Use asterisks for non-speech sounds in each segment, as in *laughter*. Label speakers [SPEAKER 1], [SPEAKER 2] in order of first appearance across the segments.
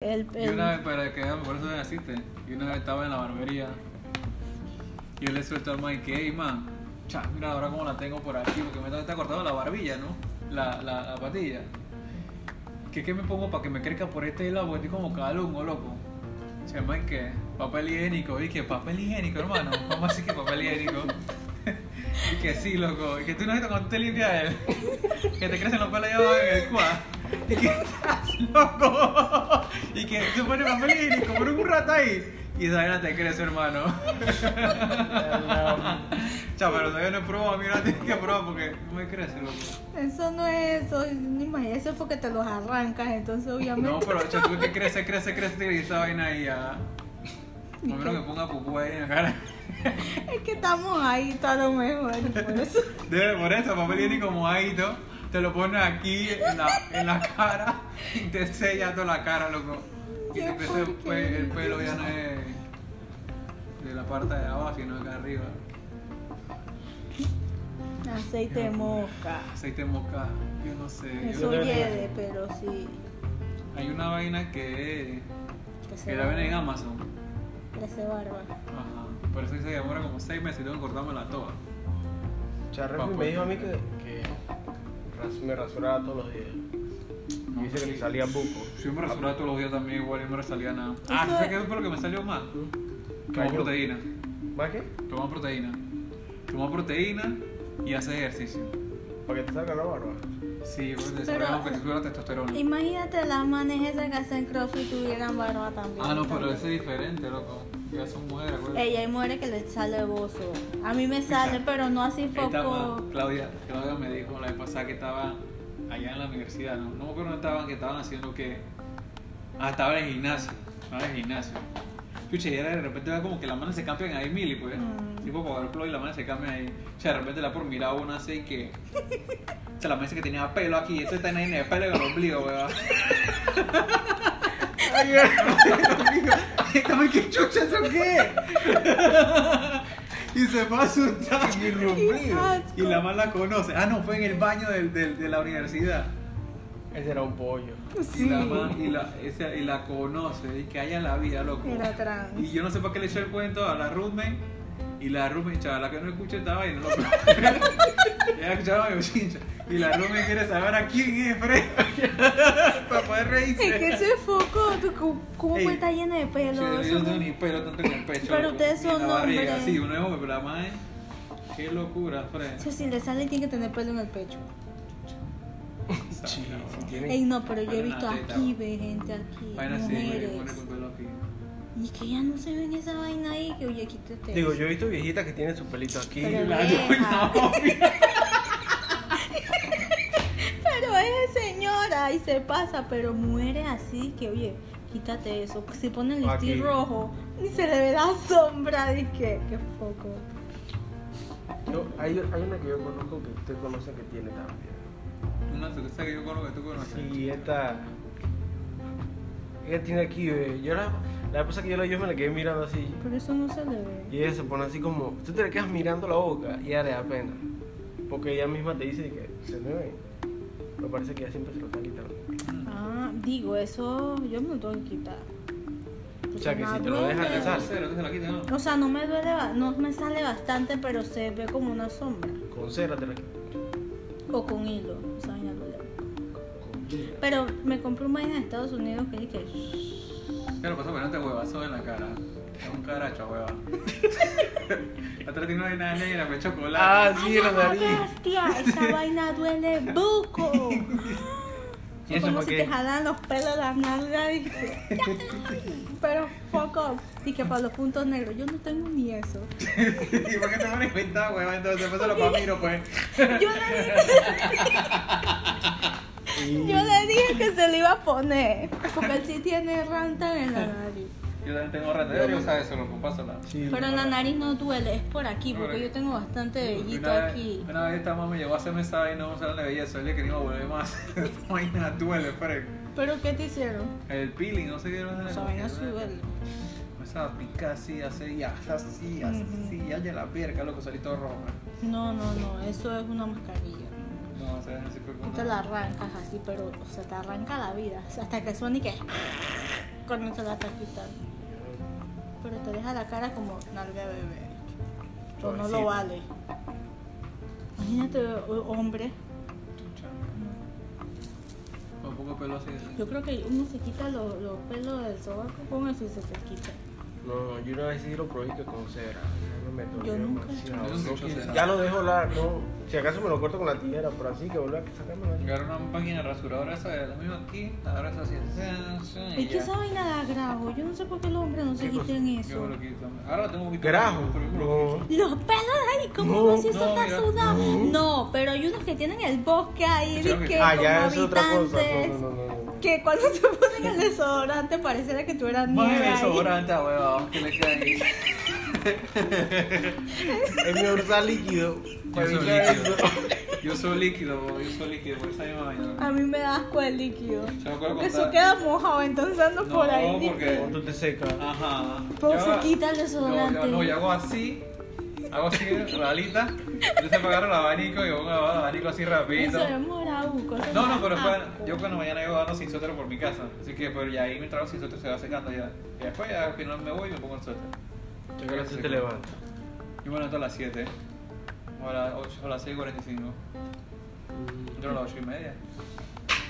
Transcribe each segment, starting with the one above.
[SPEAKER 1] El,
[SPEAKER 2] Y
[SPEAKER 1] el-
[SPEAKER 2] una vez, para que vean, por eso me asiste. Y una vez estaba en la barbería. Y yo le suelto al man que, hey man, cha, mira ahora cómo la tengo por aquí, porque me está cortado la barbilla, ¿no? La, la, la patilla. ¿Qué, ¿Qué me pongo para que me crezca por este lado? Porque estoy como calungo, loco. Se llama que papel higiénico. Y que papel higiénico, hermano. ¿Cómo así que papel higiénico? *laughs* y que sí, loco. Y que tú no has visto cuando te limpias él. *laughs* que te crecen los pelos allá abajo en el cuá. Y que estás loco. y que tú pones papel higiénico, pones un rato ahí. Y esa vaina te crece, hermano. Chao, pero todavía no he probado. Mira, tienes que probar porque no me crece, loco.
[SPEAKER 1] Eso no es eso, ni más, eso es porque te los arrancas, entonces obviamente.
[SPEAKER 2] No, pero chaval, tú que crece, crece, crece y esa vaina ahí ya. A menos que ponga pupú ahí en la cara. pues.
[SPEAKER 1] *laughs* Es que estamos ahí, está lo mejor, por eso.
[SPEAKER 2] Debe por eso, papel higiénico como mojadito, te lo pones aquí en la, en la cara y te sella toda la cara, loco.
[SPEAKER 1] Qué
[SPEAKER 2] Y te crece el, pe-
[SPEAKER 1] porquería.
[SPEAKER 2] el pelo ya no es de la parte de abajo, sino acá arriba.
[SPEAKER 1] *laughs* Aceite de mosca.
[SPEAKER 2] Aceite de mosca, yo no sé.
[SPEAKER 1] Eso
[SPEAKER 2] Yo-
[SPEAKER 1] hiede, pero sí.
[SPEAKER 2] Hay una vaina que, que la
[SPEAKER 1] barba.
[SPEAKER 2] venden en Amazon.
[SPEAKER 1] Crece barba.
[SPEAKER 2] Ajá. Por eso se demora como 6 meses y tengo que cortarme la toa.
[SPEAKER 3] Charrefi me dijo a mí que, que ras- me rasuraba todos los días. Y dice que le salía buco. Ah,
[SPEAKER 2] Yo me rasuraba todos los días también, igual y me resalía nada.
[SPEAKER 1] Ah,
[SPEAKER 2] Ah,
[SPEAKER 1] Eso
[SPEAKER 2] ¿sabes
[SPEAKER 1] es-
[SPEAKER 2] qué fue lo que me salió más? Tomar
[SPEAKER 3] Cayó.
[SPEAKER 2] proteína.
[SPEAKER 3] ¿Más qué?
[SPEAKER 2] Tomar proteína. Tomar proteína y hacer ejercicio.
[SPEAKER 3] Para que te salga la barba.
[SPEAKER 2] Sí, porque te
[SPEAKER 1] Pero-
[SPEAKER 2] desarrollamos que te sube la testosterona.
[SPEAKER 1] Imagínate las manes esas que hacen crossfit tuvieran barba también.
[SPEAKER 2] Ah, no, pero ese es diferente, loco. Ya son mujeres, acuérdate.
[SPEAKER 1] Ella hay mujeres que le sale bozo. A mí me sale, pero no así
[SPEAKER 2] Ahí está, ma,
[SPEAKER 1] poco.
[SPEAKER 2] Claudia, Claudia me dijo la vez pasada que estaba allá en la universidad, no, no me acuerdo dónde estaban, que estaban haciendo que. Ah, estaba en el gimnasio, estaba en el gimnasio. Chucha, y era de repente era como que las manos se cambian ahí mil y pues.
[SPEAKER 1] Mm.
[SPEAKER 2] Tipo Power Pro y las manos se cambian ahí. O sea, de repente la por mirada una así
[SPEAKER 1] *laughs*
[SPEAKER 2] que. O sea, la mesa que tenía pelo aquí, esto está en el pelo en el ombligo, weón. *laughs* Estaba que chucha, ¿eso qué? *laughs* y se va a asustar. Y
[SPEAKER 1] asco.
[SPEAKER 2] Y la mala conoce. Ah, no, fue en el baño del, del- de la universidad.
[SPEAKER 3] Ese era un pollo.
[SPEAKER 2] Y
[SPEAKER 1] Sí.
[SPEAKER 2] la, ma- y, la, esa- y la conoce. Y que haya la vida, loco.
[SPEAKER 1] Era trans.
[SPEAKER 2] Y yo no sé para qué le echó el cuento a la Rumen. Y la Rumen, chaval, la que no escucha esta vaina, loco. *laughs* Ella escuchaba mi chincha. Y la Rumen quiere saber a quién es, Fred. *laughs* para poder reírse.
[SPEAKER 1] Es que ese foco, tú, ¿cómo- ¿cómo
[SPEAKER 2] Ey.
[SPEAKER 1] puede estar llena de pelo?
[SPEAKER 2] Yo
[SPEAKER 1] Eso
[SPEAKER 2] no
[SPEAKER 1] no-
[SPEAKER 2] tengo ni pelo tanto en el pecho.
[SPEAKER 1] Pero
[SPEAKER 2] loco,
[SPEAKER 1] ustedes
[SPEAKER 2] ni en
[SPEAKER 1] son
[SPEAKER 2] la barriga.
[SPEAKER 1] hombres.
[SPEAKER 2] Sí, uno es hombre, pero la madre. ¿eh? Qué locura,
[SPEAKER 1] Eso
[SPEAKER 2] Fred.
[SPEAKER 1] si le sale tiene que tener pelo en el pecho.
[SPEAKER 2] Sí,
[SPEAKER 3] Si tiene-
[SPEAKER 1] Ey, no, pero yo he
[SPEAKER 2] Pero
[SPEAKER 1] visto
[SPEAKER 2] nada, teta.
[SPEAKER 1] aquí, ve gente aquí,
[SPEAKER 2] Vaina así,
[SPEAKER 1] mujeres.
[SPEAKER 2] güey, pone con pelo aquí.
[SPEAKER 1] Y es que ya no se ven esa vaina ahí, que oye, quítate.
[SPEAKER 3] Digo, yo he visto viejitas que tienen su pelito aquí.
[SPEAKER 1] Pero
[SPEAKER 2] La
[SPEAKER 1] vieja.
[SPEAKER 2] *laughs* doña
[SPEAKER 1] Pero es señora y se pasa, pero muere así, que oye, quítate eso. Si pone el
[SPEAKER 3] Aquí.
[SPEAKER 1] listín rojo y se le ve la sombra, dije, qué foco.
[SPEAKER 3] Yo- hay, hay una que yo conozco que usted conoce que tiene también.
[SPEAKER 2] Una sorpresa que yo conozco que tú conoces.
[SPEAKER 3] Ah, Sí, esta. Ella tiene aquí, ve. Yo la, la cosa que yo la yo me la quedé mirando así.
[SPEAKER 1] Pero eso no se le ve.
[SPEAKER 3] Y ella se pone así como. Tú te le quedas mirando la boca y ella le da pena. Porque ella misma te dice que se me ve. Me parece que ella siempre se lo está quitando.
[SPEAKER 2] Mm.
[SPEAKER 1] Ah, digo, eso yo me lo tengo que quitar.
[SPEAKER 3] O sea, que si te lo
[SPEAKER 1] Porque me
[SPEAKER 3] dejas, te
[SPEAKER 1] duele.
[SPEAKER 3] sale.
[SPEAKER 2] Cero, se la quita, ¿no?
[SPEAKER 1] O sea, no me duele, ba- no me sale bastante, pero se ve como una sombra.
[SPEAKER 3] Con cera te la quito.
[SPEAKER 1] O con hilo, o sea, vaina duele.
[SPEAKER 3] Con cera.
[SPEAKER 1] Pero me compré un vaina en Estados Unidos que dije,
[SPEAKER 2] Pero pasa ponerte huevazo en la cara. Es un caracho, hueva.
[SPEAKER 3] *laughs*
[SPEAKER 2] Atrás tiene una vaina negra, me chocolate. *laughs*
[SPEAKER 3] Ah,
[SPEAKER 1] ¡Ay,
[SPEAKER 3] sí, la nariz. *laughs*
[SPEAKER 1] bestia! Esa vaina duele buco.
[SPEAKER 3] ¿Y eso
[SPEAKER 1] como
[SPEAKER 3] por
[SPEAKER 1] si
[SPEAKER 3] qué?
[SPEAKER 1] te jalan los pelos de la nalga y pero poco y que para los puntos negros yo no tengo ni eso
[SPEAKER 2] ¿Y por qué te pones cuenta, hueva? Entonces,
[SPEAKER 1] *laughs*
[SPEAKER 2] pasa los pamiros, pues.
[SPEAKER 1] yo le dije, yo le dije que se le iba a poner porque él sí tiene ranta en la nariz
[SPEAKER 2] Yo también tengo rata. Debería usar eso, loco. Pásala.
[SPEAKER 3] Sí.
[SPEAKER 1] pero en la nariz no duele es por aquí porque yo tengo bastante vellito
[SPEAKER 2] Una vez,
[SPEAKER 1] aquí
[SPEAKER 2] una vez esta mamá me llevó a hacerme esa vaina, vamos a hablar de belleza, oye que no iba a volver más. Esa *laughs* vaina duele, pero
[SPEAKER 1] pero qué te hicieron
[SPEAKER 2] el peeling, no sé qué era.
[SPEAKER 1] esa vaina sí duele
[SPEAKER 2] Esa pica así, así, así, así, así, allá la verga, loco, salí todo rojo. man.
[SPEAKER 1] no no no eso es una mascarilla
[SPEAKER 2] No, o sea, así fue
[SPEAKER 1] Tú
[SPEAKER 2] como.
[SPEAKER 1] *laughs* te la arrancas así, pero o sea, te arranca la vida. O sea, hasta que suene y que. cuando se la está quitando. Pero te deja la cara como nalga de bebé. O no
[SPEAKER 3] Suavecito.
[SPEAKER 1] lo vale. Imagínate, o- hombre.
[SPEAKER 2] Chucha. Con poco pelo así. así.
[SPEAKER 1] Yo creo que uno se quita lo- los pelos del sobaco con eso y se te quita.
[SPEAKER 2] Eh,
[SPEAKER 3] No, yo una vez sí lo probé que con cera. No me dolió
[SPEAKER 1] Yo nunca.
[SPEAKER 3] demasiado.
[SPEAKER 2] Yo nunca he hecho
[SPEAKER 3] No,
[SPEAKER 2] cera.
[SPEAKER 3] ya lo dejo la, no. Si acaso me lo corto con la tijera, pero así que vuelva a sacarme la tijera.
[SPEAKER 2] Llegaron una máquina rasuradora esa de la misma aquí, ahora es así. y
[SPEAKER 1] Es que
[SPEAKER 2] ya. pues,
[SPEAKER 1] esa vaina da grajo. Yo no sé por qué los hombres no se
[SPEAKER 3] ¿Qué cosa?
[SPEAKER 1] quitan eso.
[SPEAKER 2] Yo me lo quito. Ahora lo tengo un poquito
[SPEAKER 3] Grajo.
[SPEAKER 2] más, pero yo me lo
[SPEAKER 3] No.
[SPEAKER 1] Los pelos ahí, como
[SPEAKER 3] No,
[SPEAKER 1] si eso
[SPEAKER 2] no,
[SPEAKER 1] está
[SPEAKER 2] mira,
[SPEAKER 1] sudado.
[SPEAKER 3] no.
[SPEAKER 1] No. pero hay unos que tienen el bosque ahí,
[SPEAKER 2] Creo
[SPEAKER 1] de
[SPEAKER 2] que-
[SPEAKER 1] que
[SPEAKER 3] Ah,
[SPEAKER 1] como
[SPEAKER 3] ya es
[SPEAKER 1] habitantes.
[SPEAKER 3] otra cosa. No, no, no, no, no.
[SPEAKER 1] Que cuando se ponen el desodorante pareciera que tú eras
[SPEAKER 2] Más
[SPEAKER 1] nieve ahí.
[SPEAKER 2] desodorante, huevón, que le queda ahí.
[SPEAKER 3] Es mejor usar líquido.
[SPEAKER 2] Yo
[SPEAKER 3] Para
[SPEAKER 2] soy
[SPEAKER 3] evitar
[SPEAKER 2] líquido.
[SPEAKER 3] eso.
[SPEAKER 2] *laughs* Yo soy líquido, huevón, yo soy líquido, por esa misma
[SPEAKER 1] A
[SPEAKER 2] vaina.
[SPEAKER 1] mí me da asco el líquido.
[SPEAKER 2] Yo me acuerdo con
[SPEAKER 1] Eso
[SPEAKER 2] tal-
[SPEAKER 1] queda mojado, entonces ando
[SPEAKER 2] No,
[SPEAKER 1] por ahí.
[SPEAKER 2] porque-
[SPEAKER 3] Cuando te seca.
[SPEAKER 1] Ah.
[SPEAKER 2] Ajá.
[SPEAKER 1] Pero
[SPEAKER 2] Yo
[SPEAKER 1] se
[SPEAKER 2] hago-
[SPEAKER 1] quita el desodorante.
[SPEAKER 2] No, yo, no, yo hago así. Hago así, ralita. Entonces me agarro el abanico y pongo el abanico así rapidito.
[SPEAKER 1] Eso es Ah, morauco. eso
[SPEAKER 2] No,
[SPEAKER 1] me
[SPEAKER 2] no,
[SPEAKER 1] da
[SPEAKER 2] pero
[SPEAKER 1] asco.
[SPEAKER 2] después, yo cuando mañana llego dando sin suéter por mi casa. Así que, pero ya ahí mi trago sin suéter se va secando ya. Y después ya al final me voy y me pongo el suéter.
[SPEAKER 3] Yo creo que se te levanta.
[SPEAKER 2] Yo me levanto a las 7. O a las 8, a las 6.45.
[SPEAKER 1] Mm.
[SPEAKER 2] Entro a las 8 y media.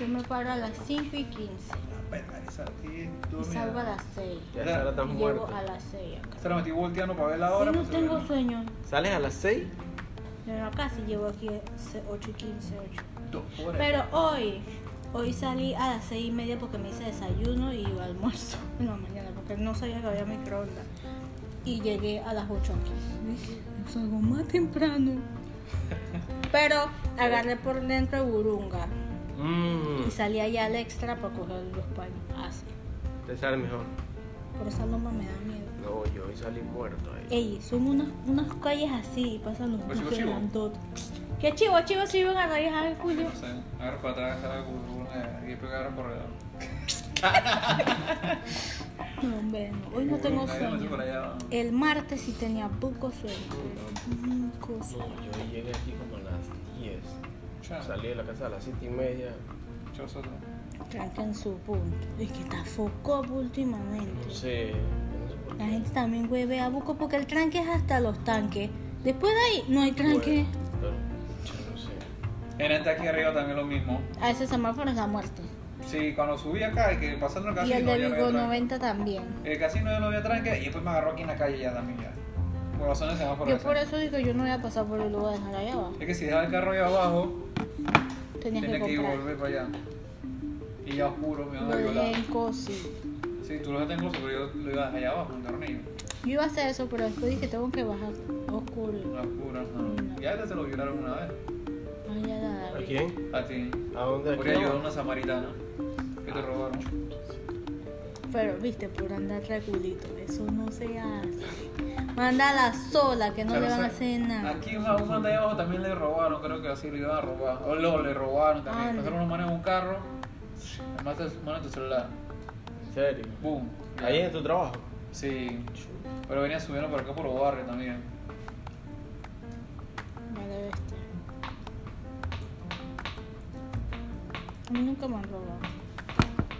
[SPEAKER 1] Yo me paro a las 5 y 15
[SPEAKER 2] Verga, esa tía,
[SPEAKER 1] y salgo a las 6.
[SPEAKER 3] Ya Sara está
[SPEAKER 1] Y llego
[SPEAKER 3] muerta.
[SPEAKER 1] a las 6 acá.
[SPEAKER 2] Se la Este metí volteando para ver la
[SPEAKER 1] Yo
[SPEAKER 2] hora.
[SPEAKER 1] no
[SPEAKER 2] pues,
[SPEAKER 1] tengo
[SPEAKER 2] bueno.
[SPEAKER 1] sueño.
[SPEAKER 3] ¿Sales a las 6?
[SPEAKER 1] Pero no, casi llevo aquí 8 y 15, 8.
[SPEAKER 2] Dos horas.
[SPEAKER 1] Pero hoy, hoy salí a las seis y media porque me hice desayuno y almuerzo *laughs* en la mañana porque no sabía que había microondas. Y llegué a las 8 aquí. Dije, Salgo más temprano. Pero agarré por dentro burunga
[SPEAKER 3] Mmm.
[SPEAKER 1] y salí allá al extra para coger los paños. Así.
[SPEAKER 3] Te sale mejor.
[SPEAKER 1] Por esa loma me da miedo.
[SPEAKER 3] No, yo hoy salí muerto ahí.
[SPEAKER 1] Ey, son unas, unas calles así y pasan los
[SPEAKER 2] Pues chivo,
[SPEAKER 1] buses
[SPEAKER 2] chivo.
[SPEAKER 1] grandotes. ¿Qué chivo, chivo, si iban a raíz el cuyo?
[SPEAKER 2] No sé, agarro para atrás, salgo como una- y después agarro corredor.
[SPEAKER 1] No, hombre, no. hoy no tengo
[SPEAKER 2] Ahí me meto
[SPEAKER 1] sueño.
[SPEAKER 2] por allá.
[SPEAKER 1] El martes sí tenía poco sueño. Poco sueño.
[SPEAKER 3] No, yo hoy llegué aquí como a las 10.
[SPEAKER 2] Chao.
[SPEAKER 3] Salí de la casa a las 7 y media.
[SPEAKER 2] Chao, Soto.
[SPEAKER 1] Tranca en su punto. Es que está foco últimamente.
[SPEAKER 3] No sé. No sé por
[SPEAKER 1] La
[SPEAKER 3] qué.
[SPEAKER 1] gente también hueve a buco porque el tranque es hasta los tanques. Después de ahí no hay tranque.
[SPEAKER 3] Bueno, yo no sé.
[SPEAKER 2] En este aquí arriba también lo mismo.
[SPEAKER 1] A ese semáforo es la muerte.
[SPEAKER 2] Sí, cuando subí acá y que pasando el
[SPEAKER 1] Y
[SPEAKER 2] casino.
[SPEAKER 1] el de
[SPEAKER 2] ya no
[SPEAKER 1] Vigo
[SPEAKER 2] había tranque.
[SPEAKER 1] 90 también.
[SPEAKER 2] El casino ya no había tranque y después me agarró aquí en la calle ya también ya. Por razón del semáforo.
[SPEAKER 1] Yo
[SPEAKER 2] ese.
[SPEAKER 1] por eso digo, yo no voy a pasar por el lugar de dejar allá abajo.
[SPEAKER 2] Es que si dejaba el carro ahí abajo,
[SPEAKER 1] Tenías que
[SPEAKER 2] tenía que ir
[SPEAKER 1] comprar.
[SPEAKER 2] volver para allá. Y ya oscuro, me iban
[SPEAKER 1] Lo
[SPEAKER 2] a
[SPEAKER 1] dejé
[SPEAKER 2] violar.
[SPEAKER 1] en Cosi.
[SPEAKER 2] Sí, tú lo dejaste incluso, pero yo lo iba a dejar allá abajo, en tornillo.
[SPEAKER 1] Yo iba a hacer eso, pero después dije, tengo que bajar oscuro.
[SPEAKER 2] A oscuras, no. Ya te lo violaron una vez.
[SPEAKER 1] Ay, ya la
[SPEAKER 3] ¿A
[SPEAKER 1] David.
[SPEAKER 3] quién?
[SPEAKER 2] A ti.
[SPEAKER 3] ¿A dónde?
[SPEAKER 2] Porque ayudó a una samaritana. Que te robaron.
[SPEAKER 1] Pero viste, por andar regulito, eso no se hace. Mándala sola, que no
[SPEAKER 2] Claro,
[SPEAKER 1] le van a
[SPEAKER 2] sí.
[SPEAKER 1] hacer nada.
[SPEAKER 2] Aquí a un andallado abajo también le robaron, creo que así le iban a robar. O luego le robaron
[SPEAKER 1] Ah,
[SPEAKER 2] también.
[SPEAKER 1] no.
[SPEAKER 2] Pasaron unos manes en un carro, además te manos tu celular.
[SPEAKER 3] ¿En serio?
[SPEAKER 2] Boom.
[SPEAKER 3] ¿Ahí en tu trabajo?
[SPEAKER 2] Sí. Pero venía subiendo por acá por Obarrio también.
[SPEAKER 1] Vale, viste. A mí nunca me han robado.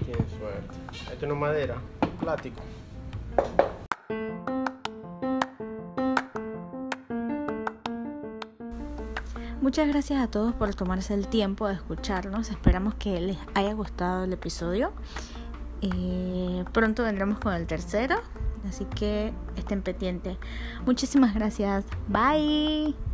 [SPEAKER 3] Tienes suerte. Esto no es madera, plástico.
[SPEAKER 1] Muchas gracias a todos por tomarse el tiempo de escucharnos. Esperamos que les haya gustado el episodio. Eh, pronto vendremos con el tercero, así que estén pendientes. Muchísimas gracias. Bye.